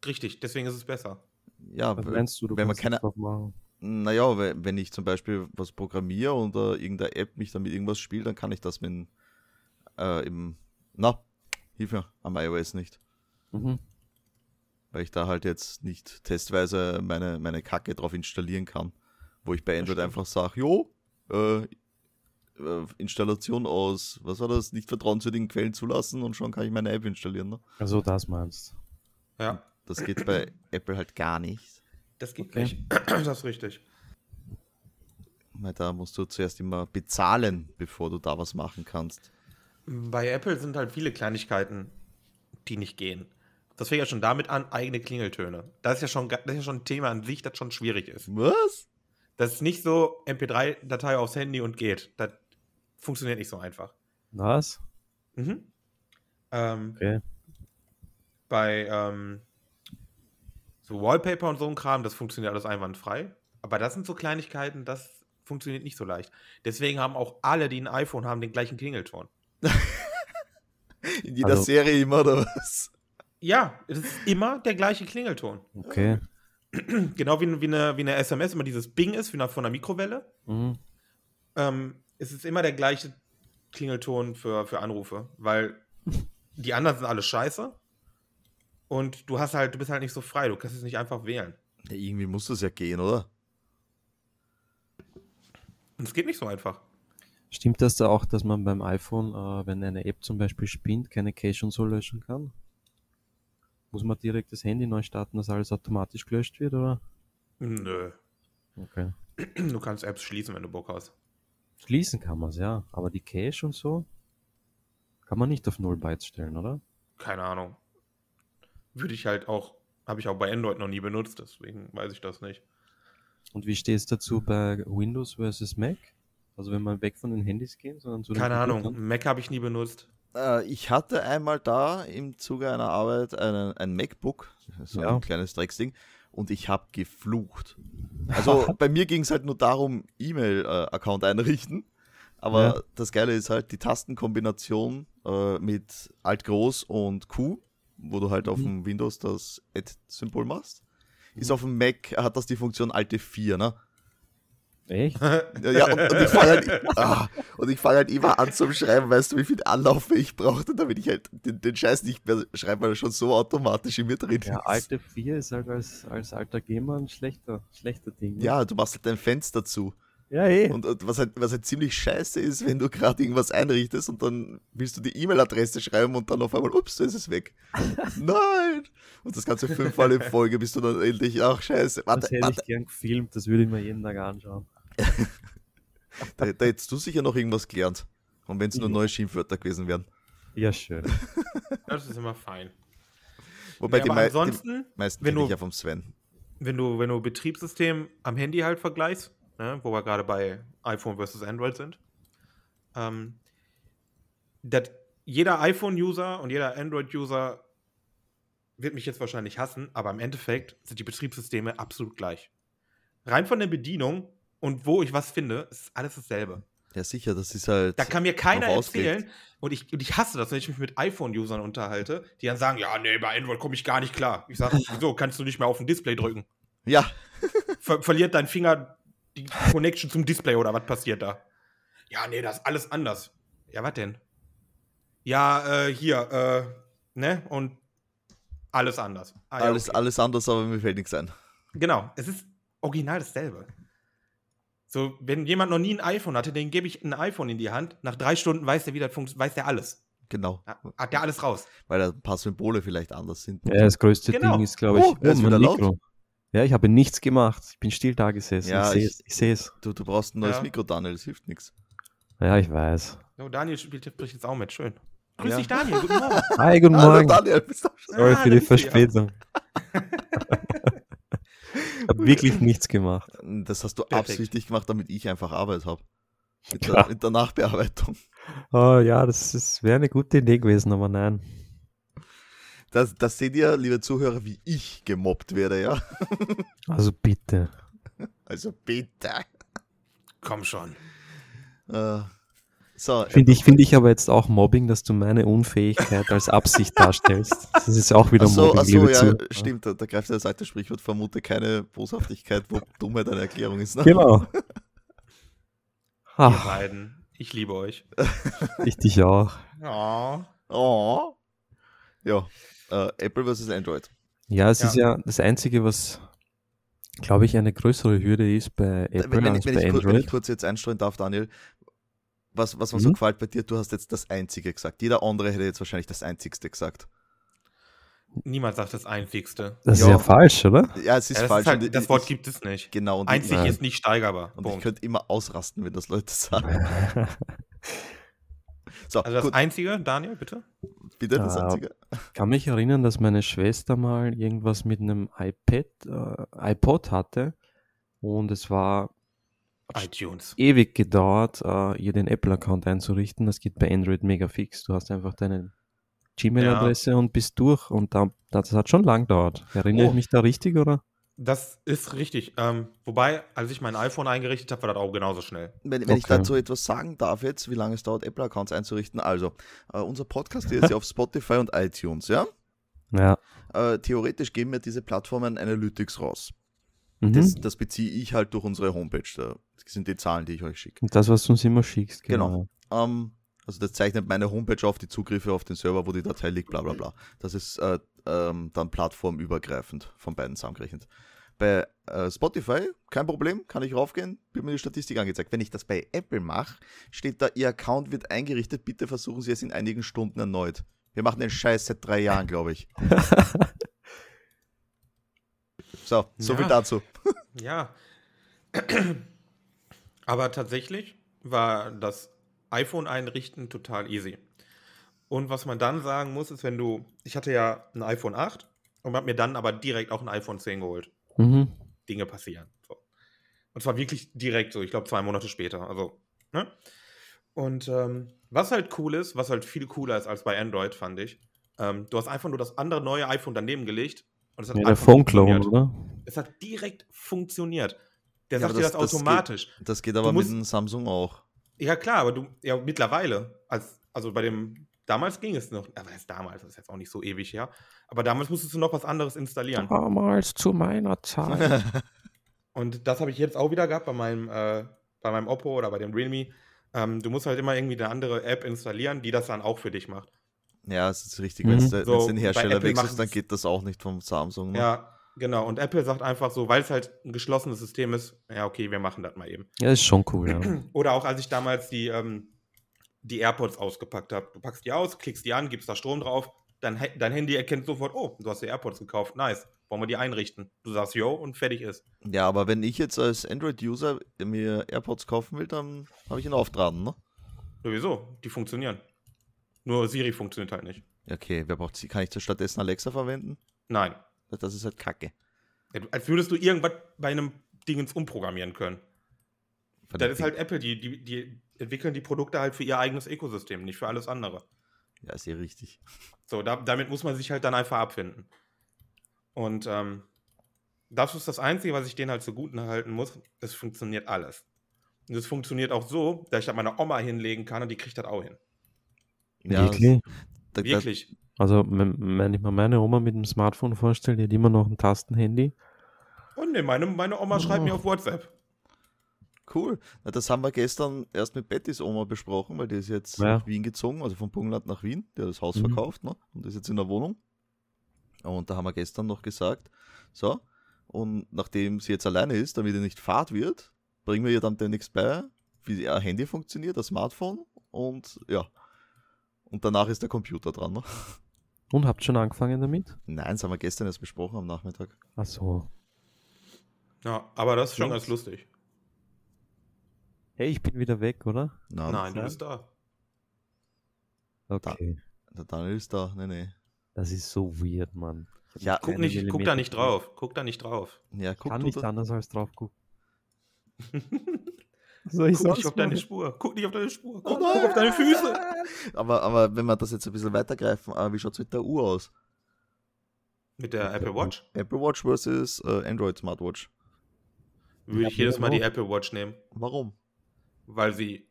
Speaker 3: Richtig, deswegen ist es besser.
Speaker 1: Ja,
Speaker 2: Was
Speaker 1: w-
Speaker 2: meinst du? Du
Speaker 1: wenn man
Speaker 2: kannst
Speaker 1: keine,
Speaker 2: nichts drauf machen.
Speaker 1: naja, we- wenn ich zum Beispiel was programmiere oder irgendeine App mich damit irgendwas spielt, dann kann ich das mit dem, äh, im, na, hilf mir, am iOS nicht.
Speaker 2: Mhm.
Speaker 1: Weil ich da halt jetzt nicht testweise meine, meine Kacke drauf installieren kann. Wo ich bei Android
Speaker 3: stimmt.
Speaker 1: einfach sage, jo, äh, äh, Installation aus, was war das, nicht vertrauenswürdigen Quellen zulassen und schon kann ich meine App installieren. Ne?
Speaker 2: Also das meinst.
Speaker 3: Ja,
Speaker 1: Das geht bei Apple halt gar nicht.
Speaker 3: das geht
Speaker 2: Okay.
Speaker 3: nicht. Das ist richtig.
Speaker 1: Weil da musst du zuerst immer bezahlen, bevor du da was machen kannst.
Speaker 3: Bei Apple sind halt viele Kleinigkeiten, die nicht gehen. Das fängt ja schon damit an, eigene Klingeltöne. Das ist ja schon, ga- das ist ja schon ein Thema an sich, das schon schwierig ist.
Speaker 1: Was?
Speaker 3: Das ist nicht so MP3-Datei aufs Handy und geht. Das funktioniert nicht so einfach.
Speaker 2: Was?
Speaker 3: Mhm. Ähm,
Speaker 2: Okay.
Speaker 3: Bei ähm, so Wallpaper und so ein Kram, das funktioniert alles einwandfrei. Aber das sind so Kleinigkeiten, das funktioniert nicht so leicht. Deswegen haben auch alle, die ein iPhone haben, den gleichen Klingelton.
Speaker 1: In jeder
Speaker 2: Also-
Speaker 1: Serie immer oder was?
Speaker 3: Ja, es ist immer der gleiche Klingelton.
Speaker 2: Okay.
Speaker 3: Genau wie, wie, eine, wie eine SMS immer dieses Bing ist, wie nach- von einer Mikrowelle.
Speaker 2: Mhm.
Speaker 3: Ähm, es ist immer der gleiche Klingelton für, für Anrufe, weil die anderen sind alle scheiße. Und du hast halt, du bist halt nicht so frei, du kannst es nicht einfach wählen.
Speaker 1: Ja, irgendwie muss das ja gehen, oder?
Speaker 3: Und es geht nicht so einfach.
Speaker 2: Stimmt das da auch, dass man beim iPhone, äh, wenn eine App zum Beispiel spinnt, keine Cache und so löschen kann? Muss man direkt das Handy neu starten, dass alles automatisch gelöscht wird, oder?
Speaker 3: Nö.
Speaker 2: Okay.
Speaker 3: Du kannst Apps schließen, wenn du Bock hast.
Speaker 2: Schließen kann man es, ja. Aber die Cache und so kann man nicht auf 0 Bytes stellen, oder?
Speaker 3: Keine Ahnung. Würde ich halt auch, habe ich auch bei Android noch nie benutzt, deswegen weiß ich das nicht.
Speaker 2: Und wie steht es dazu bei Windows versus Mac? Also wenn man weg von den Handys gehen, sondern zu den
Speaker 3: Keine Ahnung.
Speaker 2: Computern?
Speaker 3: Mac habe ich nie benutzt.
Speaker 1: Äh, ich hatte einmal da im Zuge einer Arbeit einen, ein MacBook, so
Speaker 2: Ja.
Speaker 1: ein kleines Drecksding, und ich habe geflucht. Also bei mir ging es halt nur darum, E-Mail-Account einrichten. Aber
Speaker 2: Ja.
Speaker 1: das Geile ist halt die Tastenkombination äh, mit Alt, Groß und Q, wo du halt auf dem Windows das Add-Symbol machst. Ist auf dem Mac, hat das die Funktion Alte 4, ne?
Speaker 2: Echt?
Speaker 1: Ja, ja und, und ich fange halt, ah, und ich fang halt immer an zum Schreiben, weißt du, wie viel Anlauf ich brauchte, damit ich halt den, den Scheiß nicht mehr schreibe, weil er schon so automatisch in mir drin
Speaker 2: Ja,
Speaker 1: ist.
Speaker 2: alte 4 ist halt als, als alter Gamer ein schlechter, schlechter Ding. ne?
Speaker 1: Ja, du machst halt ein Fenster zu.
Speaker 2: Ja, eh.
Speaker 1: Und, und was, halt, was halt ziemlich scheiße ist, wenn du gerade irgendwas einrichtest und dann willst du die E-Mail-Adresse schreiben und dann auf einmal, ups, da ist es weg. Nein! Und das Ganze fünfmal in Folge bist du dann endlich, ach scheiße, warte,
Speaker 2: das hätte
Speaker 1: warte,
Speaker 2: ich gern gefilmt, das würde ich mir jeden Tag anschauen.
Speaker 1: da, da hättest du sicher noch irgendwas gelernt. Und wenn es
Speaker 3: Mhm.
Speaker 1: nur neue Schimpfwörter gewesen wären.
Speaker 2: Ja, schön.
Speaker 3: Das ist immer fein.
Speaker 1: Wobei
Speaker 3: Ja,
Speaker 1: die,
Speaker 3: aber
Speaker 1: mei die
Speaker 3: ansonsten,
Speaker 1: meisten
Speaker 3: wenn
Speaker 1: kenne ich
Speaker 3: du-
Speaker 1: ja vom Sven.
Speaker 3: wenn du, wenn du Betriebssystem am Handy halt vergleichst, ne, wo wir gerade bei iPhone versus Android sind, ähm, dat, jeder iPhone-User und jeder Android-User wird mich jetzt wahrscheinlich hassen, aber im Endeffekt sind die Betriebssysteme absolut gleich. Rein von der Bedienung und wo ich was finde, ist alles dasselbe.
Speaker 1: Ja, sicher, das ist halt.
Speaker 3: Da kann mir keiner
Speaker 1: Drauf ausgelegt.
Speaker 3: erzählen, und ich, und ich hasse das, wenn ich mich mit iPhone-Usern unterhalte, die dann sagen, ja, nee, bei Android komme ich gar nicht klar. Ich sage, wieso, kannst du nicht mehr auf ein Display drücken?
Speaker 1: ja,
Speaker 3: ver verliert dein Finger die Connection zum Display oder was passiert da? Ja, nee, das ist alles anders. Ja, was denn? Ja, äh, hier, äh, ne? Und alles anders. Ah, ja,
Speaker 1: alles,
Speaker 3: okay.
Speaker 1: alles anders, aber mir fällt nichts ein.
Speaker 3: Genau, es ist original dasselbe. So, wenn jemand noch nie ein iPhone hatte, den gebe ich ein iPhone in die Hand. Nach drei Stunden weiß der, wie das funktioniert, weiß der alles.
Speaker 1: Genau.
Speaker 3: Ha- Hat der alles raus.
Speaker 1: Weil da ein paar Symbole vielleicht anders sind.
Speaker 2: Ja, das größte
Speaker 3: Genau.
Speaker 2: Ding ist, glaube ich,
Speaker 1: Oh, er ist
Speaker 2: mein
Speaker 1: wieder laut.
Speaker 2: Mikro. Ja, ich habe nichts gemacht. Ich bin still da gesessen.
Speaker 1: Ja,
Speaker 2: ich sehe es. Ich sehe es.
Speaker 1: Du, du brauchst ein neues
Speaker 3: Ja.
Speaker 1: Mikro, Daniel, das hilft nichts.
Speaker 2: Ja, ich weiß.
Speaker 3: So, Daniel spielt spricht jetzt auch mit. Schön. Grüß
Speaker 1: Ja.
Speaker 3: dich, Daniel. Guten Morgen.
Speaker 2: Hi, guten
Speaker 1: Hallo,
Speaker 2: Morgen.
Speaker 1: Daniel, bist du schon?
Speaker 2: Sorry
Speaker 3: Ah,
Speaker 2: für
Speaker 3: da
Speaker 2: die
Speaker 3: bist du ja.
Speaker 2: Verspätung. ich habe wirklich nichts gemacht.
Speaker 1: Das hast du
Speaker 3: Perfekt.
Speaker 1: absichtlich gemacht, damit ich einfach Arbeit habe. Mit,
Speaker 2: Ja.
Speaker 1: der- mit der Nachbearbeitung.
Speaker 2: Oh ja, das, ist- wäre eine gute Idee gewesen, aber nein.
Speaker 1: Das, das seht ihr, liebe Zuhörer, wie ich gemobbt werde, ja?
Speaker 2: Also bitte.
Speaker 1: Also bitte.
Speaker 3: Komm schon.
Speaker 1: Äh, so,
Speaker 2: Finde ich, finde ich aber jetzt auch Mobbing, dass du meine Unfähigkeit als Absicht darstellst. Das ist auch wieder
Speaker 1: achso,
Speaker 2: Mobbing,
Speaker 1: achso,
Speaker 2: liebe
Speaker 1: ja,
Speaker 2: Zuhörer.
Speaker 1: stimmt, da, da greift das alte Sprichwort, vermute keine Boshaftigkeit, wo Dummheit eine Erklärung ist. Ne?
Speaker 2: Genau.
Speaker 3: Ihr
Speaker 2: Ach,
Speaker 3: beiden. Ich liebe euch.
Speaker 2: ich dich auch.
Speaker 3: Oh.
Speaker 1: Oh. Ja, äh, Apple versus Android.
Speaker 2: Ja, es
Speaker 3: Ja.
Speaker 2: ist ja das Einzige, was, glaube ich, eine größere Hürde ist bei Apple
Speaker 1: wenn, wenn,
Speaker 2: als
Speaker 1: ich, wenn,
Speaker 2: bei
Speaker 1: ich, kur- wenn ich
Speaker 2: Android.
Speaker 1: kurz jetzt einstreuen darf, Daniel, was, was mir so
Speaker 2: Mhm.
Speaker 1: gefällt bei dir, du hast jetzt das Einzige gesagt. Jeder andere hätte jetzt wahrscheinlich das Einzigste gesagt.
Speaker 3: Niemand sagt das Einzigste.
Speaker 2: Das ist
Speaker 1: Ja.
Speaker 2: ja falsch, oder?
Speaker 1: Ja, es ist
Speaker 3: ja, das
Speaker 1: falsch.
Speaker 3: Ist halt,
Speaker 1: und
Speaker 3: das
Speaker 1: ich-
Speaker 3: Wort
Speaker 1: ich-
Speaker 3: gibt es nicht.
Speaker 1: Genau. Und,
Speaker 3: Einzig
Speaker 1: ich,
Speaker 2: Nein.
Speaker 3: ist nicht steigerbar.
Speaker 1: und ich
Speaker 3: Punkt.
Speaker 1: könnte immer ausrasten, wenn das Leute sagen. So,
Speaker 3: Also das
Speaker 1: gut,
Speaker 3: Einzige, Daniel, bitte?
Speaker 1: bitte das
Speaker 2: Ah.
Speaker 1: Einzige.
Speaker 2: kann mich erinnern, dass meine Schwester mal irgendwas mit einem iPad, äh, iPod hatte und es war
Speaker 3: iTunes.
Speaker 2: ewig gedauert, äh, ihr den Apple-Account einzurichten. Das geht bei Android mega fix. Du hast einfach deine Gmail-Adresse und bist durch und da, das hat schon lang gedauert. Erinnere
Speaker 3: Oh.
Speaker 2: ich mich da richtig, oder?
Speaker 3: Das ist richtig. Ähm, wobei, als ich mein iPhone eingerichtet habe, war das auch genauso schnell.
Speaker 1: Wenn, wenn ich
Speaker 2: Okay.
Speaker 1: dazu etwas sagen darf jetzt, wie lange es dauert, Apple-Accounts einzurichten. Also, äh, unser Podcast hier ist ja auf Spotify und iTunes, ja?
Speaker 2: Ja.
Speaker 1: Äh, theoretisch geben mir diese Plattformen Analytics raus.
Speaker 2: Mhm.
Speaker 1: Das,
Speaker 2: Das,
Speaker 1: das beziehe ich halt durch unsere Homepage. Da sind die Zahlen, die ich euch schicke.
Speaker 2: das, was du uns immer schickst.
Speaker 1: Genau. Ähm, also das zeichnet meine Homepage auf, die Zugriffe auf den Server, wo die Datei liegt, bla bla bla. Das ist äh, ähm, dann plattformübergreifend von beiden zusammengerechnet. Bei äh, Spotify, kein Problem, kann ich raufgehen, wird mir die Statistik angezeigt. Wenn ich das bei Apple mache, steht da, Ihr Account wird eingerichtet, bitte versuchen Sie es in einigen Stunden erneut. Wir machen den Scheiß seit drei Jahren, glaube ich. So, so
Speaker 3: Ja.
Speaker 1: viel dazu.
Speaker 3: Ja. Aber tatsächlich war das iPhone einrichten total easy. Und was man dann sagen muss, ist, wenn du, ich hatte ja ein iPhone 8 und habe mir dann aber direkt auch ein iPhone 10 geholt.
Speaker 2: Mhm.
Speaker 3: Dinge passieren. So. Und zwar wirklich direkt so, ich glaube zwei Monate später. Also, ne? Und ähm, was halt cool ist, was halt viel cooler ist als bei Android, fand ich, ähm, du hast einfach nur das andere neue iPhone daneben gelegt und es hat
Speaker 2: Ja, der
Speaker 3: einfach
Speaker 2: Phone-Clone,
Speaker 3: funktioniert.
Speaker 2: oder?
Speaker 3: Es hat direkt funktioniert. Der
Speaker 1: Ja,
Speaker 3: sagt
Speaker 1: aber
Speaker 3: dir das,
Speaker 1: das- das geht-
Speaker 3: automatisch.
Speaker 1: Das geht aber
Speaker 3: Du
Speaker 1: mit
Speaker 3: musst-
Speaker 1: dem Samsung auch.
Speaker 3: Ja, klar, aber du, ja, mittlerweile, als, also bei dem, damals ging es noch, aber das ist damals, das ist jetzt auch nicht so ewig her, aber damals musstest du noch was anderes installieren.
Speaker 2: Damals zu meiner
Speaker 3: Ah,
Speaker 2: Zeit.
Speaker 3: Und das habe ich jetzt auch wieder gehabt bei meinem, äh, bei meinem Oppo oder bei dem Realme. Ähm, du musst halt immer irgendwie eine andere App installieren, die das dann auch für dich macht.
Speaker 1: ja, es ist richtig.
Speaker 2: Mhm.
Speaker 1: Wenn du
Speaker 3: So,
Speaker 1: so, den
Speaker 3: bei
Speaker 1: Hersteller
Speaker 3: Apple
Speaker 1: wechselst, dann
Speaker 3: machen's-
Speaker 1: geht das auch nicht vom Samsung. Ne?
Speaker 3: Ja, genau. Und Apple sagt einfach so, weil es halt ein geschlossenes System ist, ja, okay, wir machen das mal eben.
Speaker 2: ja, ist schon cool, ja.
Speaker 3: Oder auch als ich damals die, ähm, die AirPods ausgepackt habe. Du packst die aus, klickst die an, gibst da Strom drauf, dein, He- dein Handy erkennt sofort, oh, du hast die AirPods gekauft, nice, wollen wir die einrichten. Du sagst yo und fertig ist.
Speaker 1: Ja, aber wenn ich jetzt als Android-User mir AirPods kaufen will, dann habe ich einen Auftrag, ne?
Speaker 3: Sowieso, die funktionieren. Nur Siri funktioniert halt nicht.
Speaker 1: Okay, wer braucht sie? Kann ich da stattdessen Alexa verwenden?
Speaker 3: Nein.
Speaker 1: Das ist halt kacke.
Speaker 3: Ja, du- Als würdest du irgendwas bei einem Dingens umprogrammieren können.
Speaker 1: Von
Speaker 3: das
Speaker 1: dem
Speaker 3: ist
Speaker 1: Ding-
Speaker 3: halt Apple, die, die, die entwickeln die Produkte halt für ihr eigenes Ökosystem, nicht für alles andere.
Speaker 1: ja, ist eh richtig.
Speaker 3: So, da, damit muss man sich halt dann einfach abfinden. Und ähm, das ist das Einzige, was ich denen halt zuguten halten muss. Es funktioniert alles. Und es funktioniert auch so, dass ich das meiner Oma hinlegen kann und die kriegt das auch hin.
Speaker 1: Ja,
Speaker 2: Wirklich?
Speaker 1: Da, da,
Speaker 3: Wirklich.
Speaker 2: Also, wenn wenn ich mir meine Oma mit dem Smartphone vorstelle, die hat immer noch ein Tastenhandy.
Speaker 3: Und nee, meine, meine Oma schreibt mir auf WhatsApp.
Speaker 1: cool. Na, das haben wir gestern erst mit Bettys Oma besprochen, weil die ist jetzt
Speaker 2: Ja.
Speaker 1: nach Wien gezogen, also vom Burgenland nach Wien. Die hat das Haus
Speaker 2: Mhm.
Speaker 1: verkauft ne? und ist jetzt in der Wohnung. Und da haben wir gestern noch gesagt, so, und nachdem sie jetzt alleine ist, damit ihr nicht fad wird, bringen wir ihr dann demnächst bei, wie ihr Handy funktioniert, das Smartphone und ja. Und danach ist der Computer dran. Ne?
Speaker 2: Und habt schon angefangen damit?
Speaker 1: Nein, das haben wir gestern erst besprochen am Nachmittag.
Speaker 2: Ach so.
Speaker 3: Ja, aber das ist schon
Speaker 1: Ja.
Speaker 3: ganz lustig.
Speaker 2: Hey, ich bin wieder weg, oder?
Speaker 1: Na,
Speaker 3: Nein, du
Speaker 2: ja.
Speaker 3: bist da.
Speaker 2: Okay.
Speaker 1: Der Daniel ist da. Nee, nee.
Speaker 2: Das ist so weird, Mann.
Speaker 1: Ja,
Speaker 3: Guck,
Speaker 2: Einen
Speaker 3: nicht, guck da
Speaker 2: Millimeter.
Speaker 3: nicht drauf. Guck da nicht drauf.
Speaker 1: ja guck
Speaker 2: Kann
Speaker 1: du
Speaker 2: nicht
Speaker 1: da.
Speaker 2: anders als drauf gucken. Soll
Speaker 3: Guck nicht auf
Speaker 2: machen?
Speaker 3: deine Spur. Guck nicht auf deine Spur.
Speaker 1: Oh
Speaker 3: Guck, guck auf deine Füße.
Speaker 1: Aber, aber wenn wir das jetzt ein bisschen weitergreifen, äh, wie schaut es mit der Uhr aus?
Speaker 3: Mit der Apple Watch
Speaker 1: Apple Watch versus äh, Android Smartwatch.
Speaker 3: würde ich
Speaker 2: Ja,
Speaker 3: jedes Mal die
Speaker 2: genau.
Speaker 3: Apple Watch nehmen,
Speaker 1: Warum?
Speaker 3: weil sie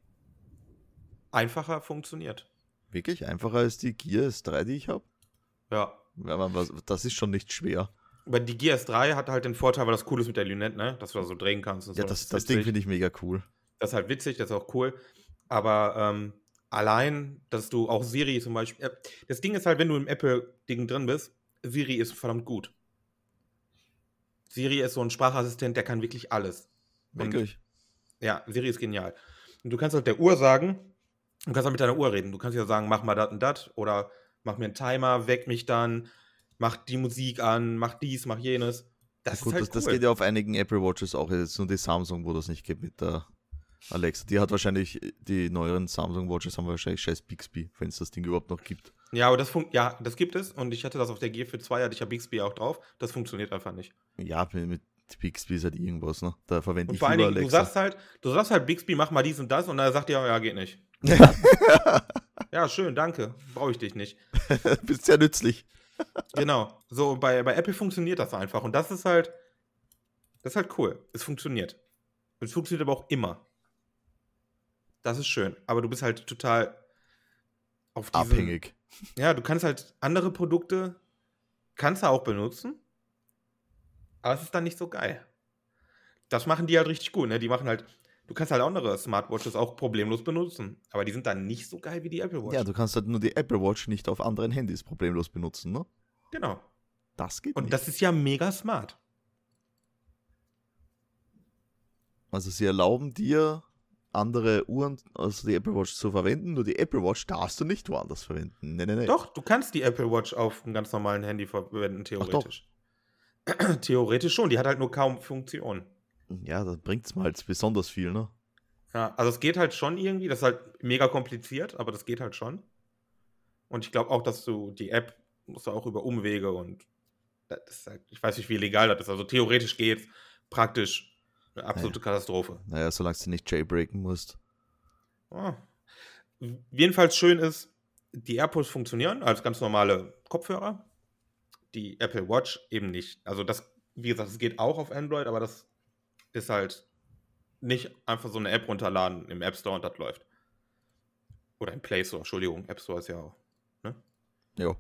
Speaker 3: einfacher funktioniert.
Speaker 1: Wirklich einfacher als die Gear S3, die ich habe?
Speaker 3: Ja.
Speaker 1: Das ist schon nicht schwer.
Speaker 3: Aber die GS3 hat halt den Vorteil, weil das cool ist mit der Lunette, ne? Dass du da so drehen kannst und
Speaker 1: Ja,
Speaker 3: so.
Speaker 1: das, das Ding
Speaker 3: witzig.
Speaker 1: finde ich mega cool.
Speaker 3: Das ist halt witzig, das ist auch cool. Aber ähm, allein, dass du auch Siri zum Beispiel. äh, Das Ding ist halt, wenn du im Apple-Ding drin bist, Siri ist verdammt gut. Siri ist so ein Sprachassistent, der kann wirklich alles. Und-
Speaker 1: Wirklich.
Speaker 3: Ja, Siri ist genial. Und du kannst halt der Uhr sagen, du kannst halt mit deiner Uhr reden. Du kannst ja sagen, mach mal dat und dat oder mach mir einen Timer, weck mich dann, mach die Musik an, mach dies, mach jenes. Das
Speaker 1: Gut,
Speaker 3: ist halt
Speaker 1: das,
Speaker 3: cool.
Speaker 1: das geht ja auf einigen Apple Watches auch. Es ist nur die Samsung, wo das nicht geht mit der Alexa. Die hat wahrscheinlich, die neueren Samsung Watches haben wahrscheinlich scheiß Bixby, wenn es das Ding überhaupt noch gibt.
Speaker 3: Ja, aber das fun ja, das gibt es und ich hatte das auf der Gear für 2, hatte ich ja Bixby auch drauf. Das funktioniert einfach nicht.
Speaker 1: Ja, mit, mit Bixby ist halt irgendwas, ne? Da verwende
Speaker 3: Und
Speaker 1: ich
Speaker 3: vor allen
Speaker 1: lieber
Speaker 3: Dingen, du
Speaker 1: Alexa.
Speaker 3: sagst halt, du sagst halt Bixby, mach mal dies und das und dann sagt er, ja, geht nicht. ja, schön, danke. Brauche ich dich nicht.
Speaker 1: Bist sehr nützlich.
Speaker 3: Genau. So, bei, bei Apple funktioniert das einfach. Und das ist halt, das ist halt cool. Es funktioniert. Es funktioniert aber auch immer. Das ist schön. Aber du bist halt total auf diesen,
Speaker 1: Abhängig.
Speaker 3: Ja, du kannst halt andere Produkte, kannst du auch benutzen, aber es ist dann nicht so geil. Das machen die halt richtig gut, ne? Die machen halt, du kannst halt andere Smartwatches auch problemlos benutzen, aber die sind dann nicht so geil wie die Apple Watch.
Speaker 1: Ja, du kannst halt nur die Apple Watch nicht auf anderen Handys problemlos benutzen, ne?
Speaker 3: genau.
Speaker 1: Das geht
Speaker 3: Und
Speaker 1: nicht.
Speaker 3: das ist ja mega smart.
Speaker 1: also sie erlauben dir, andere Uhren, also die Apple Watch zu verwenden, nur die Apple Watch darfst du nicht woanders verwenden. Nee, nee, nee.
Speaker 3: Doch, du kannst die Apple Watch auf einem ganz normalen Handy verwenden,
Speaker 1: doch.
Speaker 3: theoretisch. Theoretisch schon, die hat halt nur kaum Funktion.
Speaker 1: Ja, dann bringt's mal halt besonders viel, ne?
Speaker 3: Ja, also es geht halt schon irgendwie, das ist halt mega kompliziert, aber das geht halt schon. Und ich glaube auch, dass du die App musst du auch über Umwege und das ist halt, ich weiß nicht, wie legal das ist. Also theoretisch geht's, praktisch eine absolute Katastrophe.
Speaker 1: Naja, solange du nicht jailbreaken musst.
Speaker 3: Ah. Jedenfalls schön ist, die AirPods funktionieren als ganz normale Kopfhörer. Die Apple Watch eben nicht. Also das, wie gesagt, es geht auch auf Android, aber das ist halt nicht einfach so eine App runterladen im App Store und das läuft. Oder im Play Store, Entschuldigung, App Store ist ja auch. ne?
Speaker 1: Jo.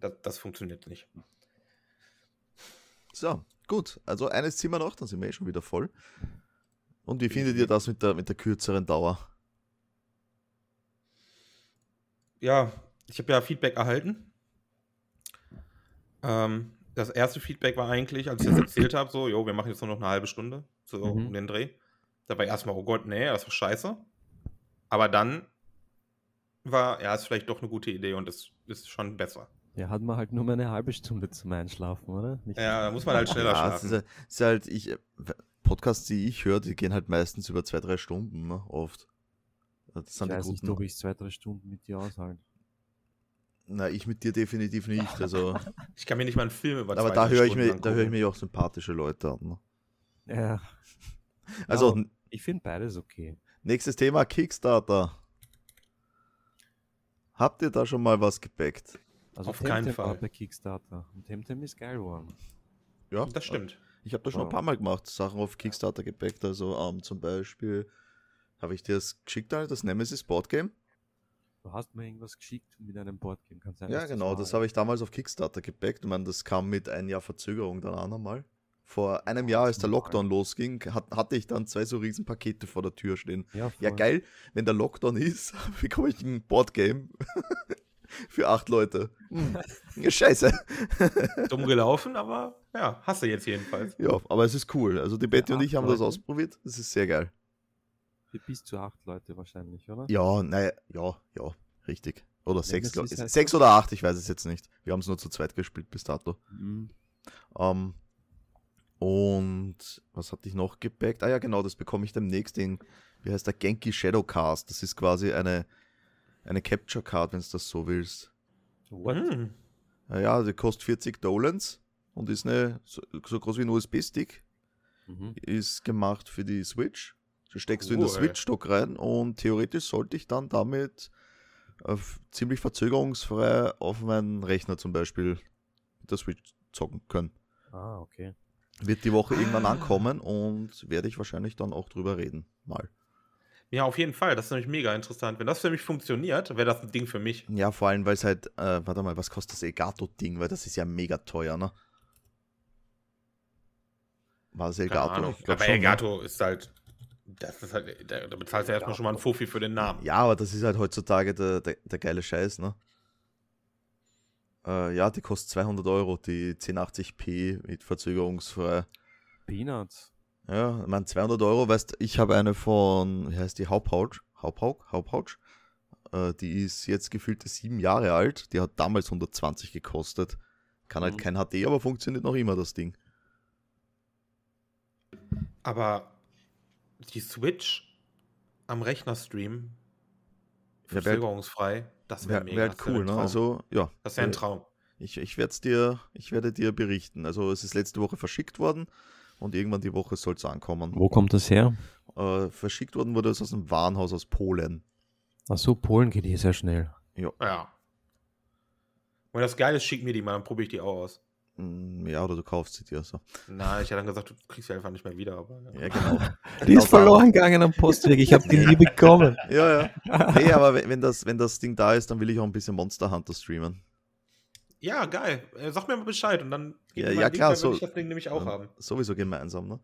Speaker 3: Das, das funktioniert nicht.
Speaker 1: So, gut. Also eines Zimmer noch, dann sind wir eh schon wieder voll. Und wie findet ihr das mit der, mit der kürzeren Dauer?
Speaker 3: Ja, ich habe ja Feedback erhalten. Ähm, das erste Feedback war eigentlich, als ich das erzählt habe, so, jo, wir machen jetzt nur noch eine halbe Stunde, so
Speaker 2: Mhm.
Speaker 3: um den Dreh. Da war erstmal, oh Gott, nee, das war scheiße. Aber dann war, ja, ist vielleicht doch eine gute Idee und es ist schon besser.
Speaker 2: Ja, hat man halt nur mal eine halbe Stunde zum Einschlafen, oder? Nicht
Speaker 3: Ja, da muss man halt schneller
Speaker 1: ja, es
Speaker 3: schlafen.
Speaker 1: ist, halt- es ist halt, ich, Podcasts, die ich höre, die gehen halt meistens über zwei, drei Stunden, ne? Oft. Das
Speaker 2: ich
Speaker 1: sind
Speaker 2: weiß
Speaker 1: die
Speaker 2: nicht,
Speaker 1: guten.
Speaker 2: ob ich zwei, drei Stunden mit dir aushalte.
Speaker 1: Na, ich mit dir definitiv nicht. Also,
Speaker 3: Ich kann mir nicht mal einen Film über
Speaker 1: aber
Speaker 3: zwei,
Speaker 1: da
Speaker 3: drei
Speaker 1: höre ich
Speaker 3: Stunden
Speaker 1: mir, da höre ich
Speaker 3: angucken.
Speaker 1: mir ja auch sympathische Leute an. Ne?
Speaker 2: Ja,
Speaker 1: Also,
Speaker 2: aber-
Speaker 1: n-
Speaker 2: ich finde beides okay.
Speaker 1: nächstes Thema: Kickstarter. Habt ihr da schon mal was gebackt?
Speaker 2: Also
Speaker 3: Auf keinen
Speaker 2: Temtem war
Speaker 3: Fall.
Speaker 2: der Kickstarter. Und Temtem ist geil geworden.
Speaker 1: Ja,
Speaker 3: Das stimmt.
Speaker 1: Ich habe da schon ein
Speaker 2: Wow.
Speaker 1: paar Mal gemacht, Sachen auf Kickstarter gebackt. Also ähm, zum Beispiel habe ich dir das geschickt, Alter, das Nemesis Board Game.
Speaker 2: Du hast mir irgendwas geschickt mit einem Boardgame, kann sein.
Speaker 1: Ja, genau, das habe ich damals auf Kickstarter gebackt. Ich meine, das kam mit ein Jahr Verzögerung dann an einmal. Vor einem Jahr, als der Lockdown losging, hat, hatte ich dann zwei so riesen Pakete vor der Tür stehen.
Speaker 2: ich. Ja,
Speaker 1: Ja,
Speaker 2: voll.
Speaker 1: geil, wenn der Lockdown ist, bekomme ich ein Boardgame für acht Leute. Hm. Ja, Scheiße.
Speaker 3: Dumm gelaufen, aber ja, hast du jetzt jedenfalls.
Speaker 1: Ja, aber es ist cool. Also die Betty und
Speaker 2: acht
Speaker 1: ich haben das
Speaker 2: Leute?
Speaker 1: ausprobiert. Es ist sehr geil.
Speaker 2: Für bis zu acht Leute wahrscheinlich, oder?
Speaker 1: Ja, naja, ja, ja, richtig. Oder sechs,
Speaker 2: das
Speaker 1: glaub,
Speaker 2: ist halt-
Speaker 1: sechs oder acht, ich weiß es jetzt nicht. Wir haben es nur zu zweit gespielt bis dato.
Speaker 2: Mhm.
Speaker 1: Ähm, und was hatte ich noch gebackt? Ah ja, genau, das bekomme ich demnächst in, wie heißt der, Genki Shadowcast. Das ist quasi eine, eine Capture Card, wenn du das so willst.
Speaker 2: What?
Speaker 3: Hm.
Speaker 1: Ah Ja, die kostet 40 Dolans und ist eine, so, so groß wie ein USB-Stick.
Speaker 2: Mhm.
Speaker 1: Ist gemacht für die Switch. So steckst du in den
Speaker 3: Cool.
Speaker 1: Switch-Dock rein und theoretisch sollte ich dann damit äh, f- ziemlich verzögerungsfrei auf meinen Rechner zum Beispiel mit der Switch zocken können.
Speaker 2: Ah, okay.
Speaker 1: Wird die Woche irgendwann
Speaker 3: Ah.
Speaker 1: ankommen und werde ich wahrscheinlich dann auch drüber reden. Mal.
Speaker 3: Ja, auf jeden Fall. Das ist nämlich mega interessant. Wenn das für mich funktioniert, wäre das ein Ding für mich.
Speaker 1: Ja, vor allem, weil es halt, äh, warte mal, was kostet das Elgato-Ding? Weil das ist ja mega teuer, ne? War das
Speaker 3: Keine
Speaker 1: Elgato?
Speaker 3: Ahnung.
Speaker 1: Ich glaub
Speaker 3: Aber
Speaker 1: schon, ne?
Speaker 3: Elgato ist halt. Das ist halt, da, da bezahlst du erstmal schon mal einen Fuffi für den Namen.
Speaker 1: Ja, aber das ist halt heutzutage der, der, der geile Scheiß, ne? Äh, ja, die kostet 200 Euro, die 1080p mit verzögerungsfrei.
Speaker 2: Peanuts.
Speaker 1: Ja, ich meine, 200 Euro, weißt ich habe eine von, wie heißt die, Hauphautsch? Hauphauk? Hauphautsch? Äh, die ist jetzt gefühlte sieben Jahre alt, die hat damals 120 gekostet. Kann halt
Speaker 2: Mhm.
Speaker 1: kein HD, aber funktioniert noch immer das Ding.
Speaker 3: Aber die Switch am Rechner streamen,
Speaker 1: Ja, wär-
Speaker 3: verzögerungsfrei, das wäre
Speaker 1: Wäre
Speaker 3: mega.
Speaker 1: wär halt
Speaker 3: Das wär
Speaker 1: cool,
Speaker 3: ein
Speaker 1: ne?
Speaker 3: Traum.
Speaker 1: Also, ja.
Speaker 3: das wäre ein Traum.
Speaker 1: Ich, ich, werd's dir, ich werde dir berichten. Also, es ist letzte Woche verschickt worden und irgendwann die Woche soll es ankommen.
Speaker 2: Wo kommt das her?
Speaker 1: Äh, verschickt worden wurde es aus einem Warenhaus aus Polen.
Speaker 2: Ach so, Polen geht hier sehr schnell.
Speaker 3: Ja. Wenn das geil ist, schick mir die mal, dann probiere ich die auch aus.
Speaker 1: Mm, Ja, oder du kaufst sie dir. So.
Speaker 3: Nein, ich hätte dann gesagt, du kriegst sie einfach nicht mehr wieder. Aber,
Speaker 1: Ja, genau.
Speaker 2: Die
Speaker 1: Genau
Speaker 2: ist verloren gegangen am Postweg. Ich habe die nie bekommen.
Speaker 1: Ja, ja. Nee, aber wenn- wenn das, wenn das Ding da ist, dann will ich auch ein bisschen Monster Hunter streamen.
Speaker 3: Ja, geil. Äh, Sag mir mal Bescheid und dann
Speaker 1: Ja,
Speaker 3: mir
Speaker 1: ja,
Speaker 3: mal einen Link,
Speaker 1: klar,
Speaker 3: dann will
Speaker 1: so-
Speaker 3: ich das Ding nämlich auch
Speaker 1: Ähm,
Speaker 3: haben.
Speaker 1: Sowieso gemeinsam, ne?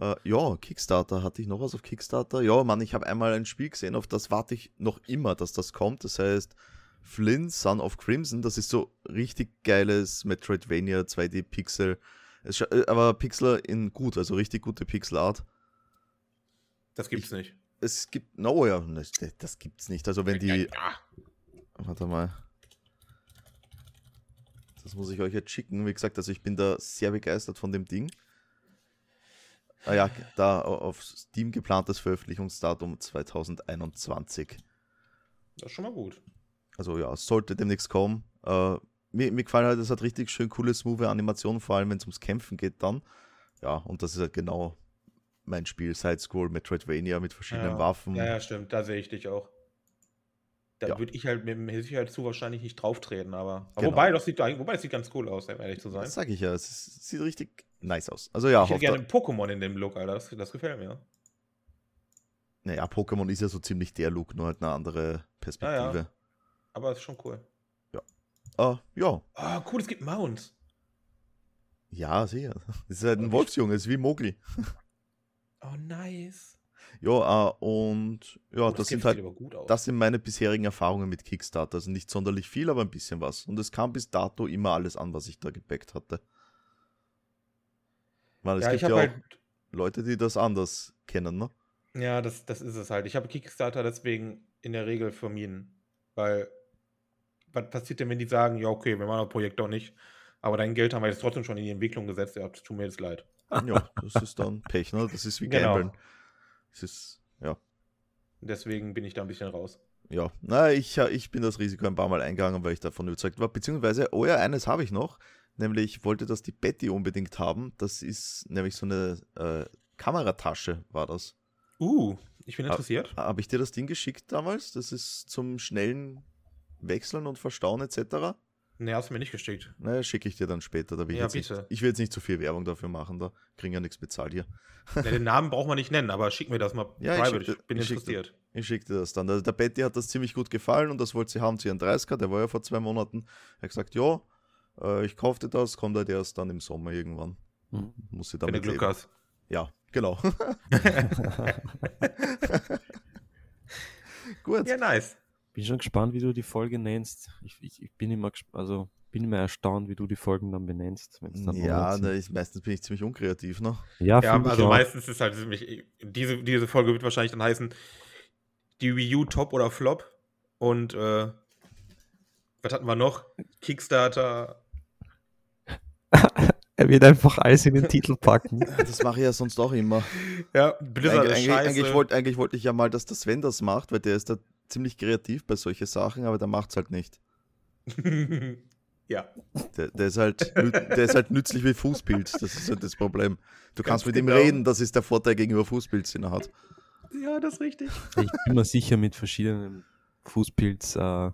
Speaker 1: Äh, ja, Kickstarter. Hatte ich noch was auf Kickstarter? Ja, Mann, ich habe einmal ein Spiel gesehen, auf das warte ich noch immer, dass das kommt. Das heißt Flynn, Son of Crimson. Das ist so richtig geiles Metroidvania 2D Pixel. Es scha- äh, Aber Pixel in gut, also richtig gute Pixelart.
Speaker 3: Das gibt's nicht.
Speaker 1: Es gibt, no, ja, das, das gibt's nicht. Also wenn die,
Speaker 3: Ja,
Speaker 1: warte mal. Das muss ich euch jetzt schicken. Wie gesagt, also ich bin da sehr begeistert von dem Ding. Ah ja, da auf Steam geplantes Veröffentlichungsdatum 2021.
Speaker 3: Das ist schon mal gut.
Speaker 1: Also ja, sollte demnächst kommen. Äh, mir, mir gefallen halt, es hat richtig schön coole, smooth Animationen, vor allem wenn es ums Kämpfen geht dann. Ja, und das ist halt genau mein Spiel, Sidescroll, Metroidvania mit verschiedenen
Speaker 3: ja.
Speaker 1: Waffen.
Speaker 3: Ja, ja, stimmt, da sehe ich dich auch. Da
Speaker 1: Mhm. Ja.
Speaker 3: würde ich halt mit dem Sicherheit zu wahrscheinlich nicht drauf treten, aber. aber
Speaker 1: Genau.
Speaker 3: Wobei, das sieht, eigentlich- wobei, das sieht ganz cool aus, um ehrlich zu sein.
Speaker 1: Das sag ich ja, es ist, sieht richtig nice aus. Also ja,
Speaker 3: ich hätte
Speaker 1: hofft
Speaker 3: gerne
Speaker 1: da,
Speaker 3: ein Pokémon in dem Look, Alter. Das, das gefällt mir.
Speaker 1: naja, Pokémon ist ja so ziemlich der Look, nur halt eine andere Perspektive.
Speaker 3: Aber ist schon cool.
Speaker 1: Ah, ja.
Speaker 3: Ah, cool, es gibt Mounts.
Speaker 1: Ja, sicher. Es ist halt ein
Speaker 3: Okay.
Speaker 1: Wolfsjunge, es ist wie Mogli.
Speaker 3: Oh, nice.
Speaker 1: Ja, äh, und ja,
Speaker 3: Oh,
Speaker 1: das
Speaker 3: Game
Speaker 1: sind halt
Speaker 3: sieht aber gut aus.
Speaker 1: Das sind meine bisherigen Erfahrungen mit Kickstarter. Also nicht sonderlich viel, aber ein bisschen was. Und es kam bis dato immer alles an, was ich da gepackt hatte. Weil es
Speaker 3: ja, ich
Speaker 1: gibt ja
Speaker 3: habe
Speaker 1: auch
Speaker 3: halt.
Speaker 1: Leute, die das anders kennen, ne?
Speaker 3: Ja, das, das ist es halt. Ich habe Kickstarter deswegen in der Regel vermieden. Weil, was passiert denn, wenn die sagen, ja, okay, wir machen das Projekt doch nicht, aber dein Geld haben wir jetzt trotzdem schon in die Entwicklung gesetzt, ja, tut mir jetzt leid.
Speaker 1: Ja, das ist dann Pech, ne? Das ist wie
Speaker 3: Genau.
Speaker 1: Gambeln. Das ist, ja.
Speaker 3: Deswegen bin ich da ein bisschen raus.
Speaker 1: Ja, na, ich, äh, ich bin das Risiko ein paar Mal eingegangen, weil ich davon überzeugt war. Beziehungsweise, oh ja, eines habe ich noch. Nämlich, ich wollte das die Betty unbedingt haben. Das ist nämlich so eine äh, Kameratasche, war das.
Speaker 3: Uh, ich bin
Speaker 1: Ah.
Speaker 3: interessiert.
Speaker 1: Habe ich dir das Ding geschickt damals? Das ist zum schnellen Wechseln und Verstauen etc.
Speaker 3: Ne, hast du mir nicht geschickt.
Speaker 1: Naja, schicke ich dir dann später. Da will ich,
Speaker 3: Ja,
Speaker 1: jetzt nicht,
Speaker 3: bitte.
Speaker 1: ich will jetzt nicht zu viel Werbung dafür machen, da kriegen ja nichts bezahlt hier.
Speaker 3: Ne, den Namen braucht man nicht nennen, aber schick mir das mal
Speaker 1: Ja, ich
Speaker 3: private.
Speaker 1: schick
Speaker 3: Ich,
Speaker 1: dir-
Speaker 3: bin
Speaker 1: ich schick dir.
Speaker 3: interessiert.
Speaker 1: Ich schicke dir das dann. Der, der Betty hat das ziemlich gut gefallen und das wollte sie haben zu ihren 30er, der war ja vor zwei Monaten. Er hat gesagt, ja, äh, ich kaufte das, kommt halt erst dann im Sommer irgendwann.
Speaker 2: Mhm.
Speaker 1: Muss sie
Speaker 3: Wenn
Speaker 1: damit
Speaker 3: du Glück
Speaker 1: leben.
Speaker 3: hast.
Speaker 1: Ja, genau. gut.
Speaker 3: Ja, nice.
Speaker 2: Bin schon gespannt, wie du die Folge nennst. Ich, ich, ich bin immer gesp- also bin immer erstaunt, wie du die Folgen dann benennst. wenn's dann
Speaker 1: Ja,
Speaker 2: online sind.
Speaker 1: ne, ich, meistens bin ich ziemlich unkreativ, ne?
Speaker 2: ja,
Speaker 3: Ja,
Speaker 2: find ich
Speaker 3: also
Speaker 2: auch.
Speaker 3: meistens ist halt ziemlich, diese, diese Folge wird wahrscheinlich dann heißen, die Wii U Top oder Flop und äh, was hatten wir noch? Kickstarter.
Speaker 2: Er wird einfach Eis in den Titel packen.
Speaker 1: Das mache ich ja sonst auch immer. halt
Speaker 3: Ja, Blizzard
Speaker 1: Eigentlich,
Speaker 3: ist
Speaker 1: eigentlich,
Speaker 3: scheiße.
Speaker 1: eigentlich, wollte, eigentlich wollte ich ja mal, dass der Sven das macht, weil der ist da ziemlich kreativ bei solchen Sachen, aber der macht's halt nicht.
Speaker 3: ja,
Speaker 1: Der, der, ist halt, nü- der ist halt nützlich wie Fußpilz, das ist halt das Problem. Du
Speaker 3: Ganz
Speaker 1: kannst mit ihm
Speaker 3: genau.
Speaker 1: reden, das ist der Vorteil gegenüber Fußpilz, den er hat.
Speaker 3: ja, das ist richtig.
Speaker 2: Ich bin mir sicher, mit verschiedenen Fußpilz äh,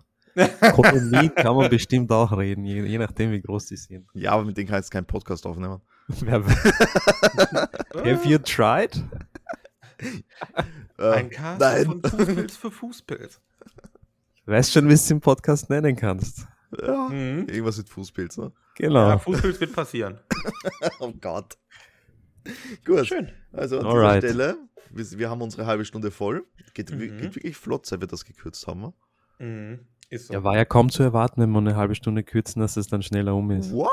Speaker 2: Kolonie kann man bestimmt auch reden, je, je nachdem, wie groß die sind.
Speaker 1: Ja, aber mit dem kannst du keinen Podcast aufnehmen.
Speaker 2: Wer- Have you tried?
Speaker 1: Äh,
Speaker 3: Ein Cast
Speaker 1: nein.
Speaker 3: von Fußpilz für Fußpilz.
Speaker 2: Weißt schon, wie du den Podcast nennen kannst.
Speaker 1: Ja,
Speaker 3: Mhm.
Speaker 1: irgendwas mit Fußpilz, ne?
Speaker 2: Genau.
Speaker 3: Ja, Fußpilz wird passieren.
Speaker 1: Oh Gott. Gut,
Speaker 3: Schön.
Speaker 1: also an
Speaker 2: Alright.
Speaker 1: dieser Stelle, wir, wir haben unsere halbe Stunde voll. Geht, wi-
Speaker 3: Mhm.
Speaker 1: geht wirklich flott, seit wir das gekürzt haben. ne?
Speaker 3: Mhm. Ist so.
Speaker 2: ja, war ja kaum zu erwarten, wenn wir eine halbe Stunde kürzen, dass es dann schneller um ist.
Speaker 1: What?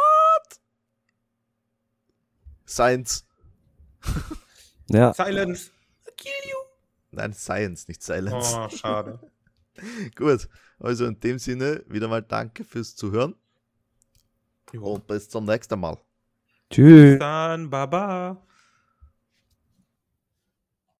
Speaker 1: Science.
Speaker 2: Ja,
Speaker 3: Silence. Kill you.
Speaker 1: Nein, Science, nicht Silence.
Speaker 3: Oh, schade.
Speaker 2: Oh.
Speaker 1: Gut, also in dem Sinne wieder mal danke fürs Zuhören
Speaker 3: Jo.
Speaker 1: und bis zum nächsten Mal.
Speaker 2: tschüss.
Speaker 3: Dann Baba.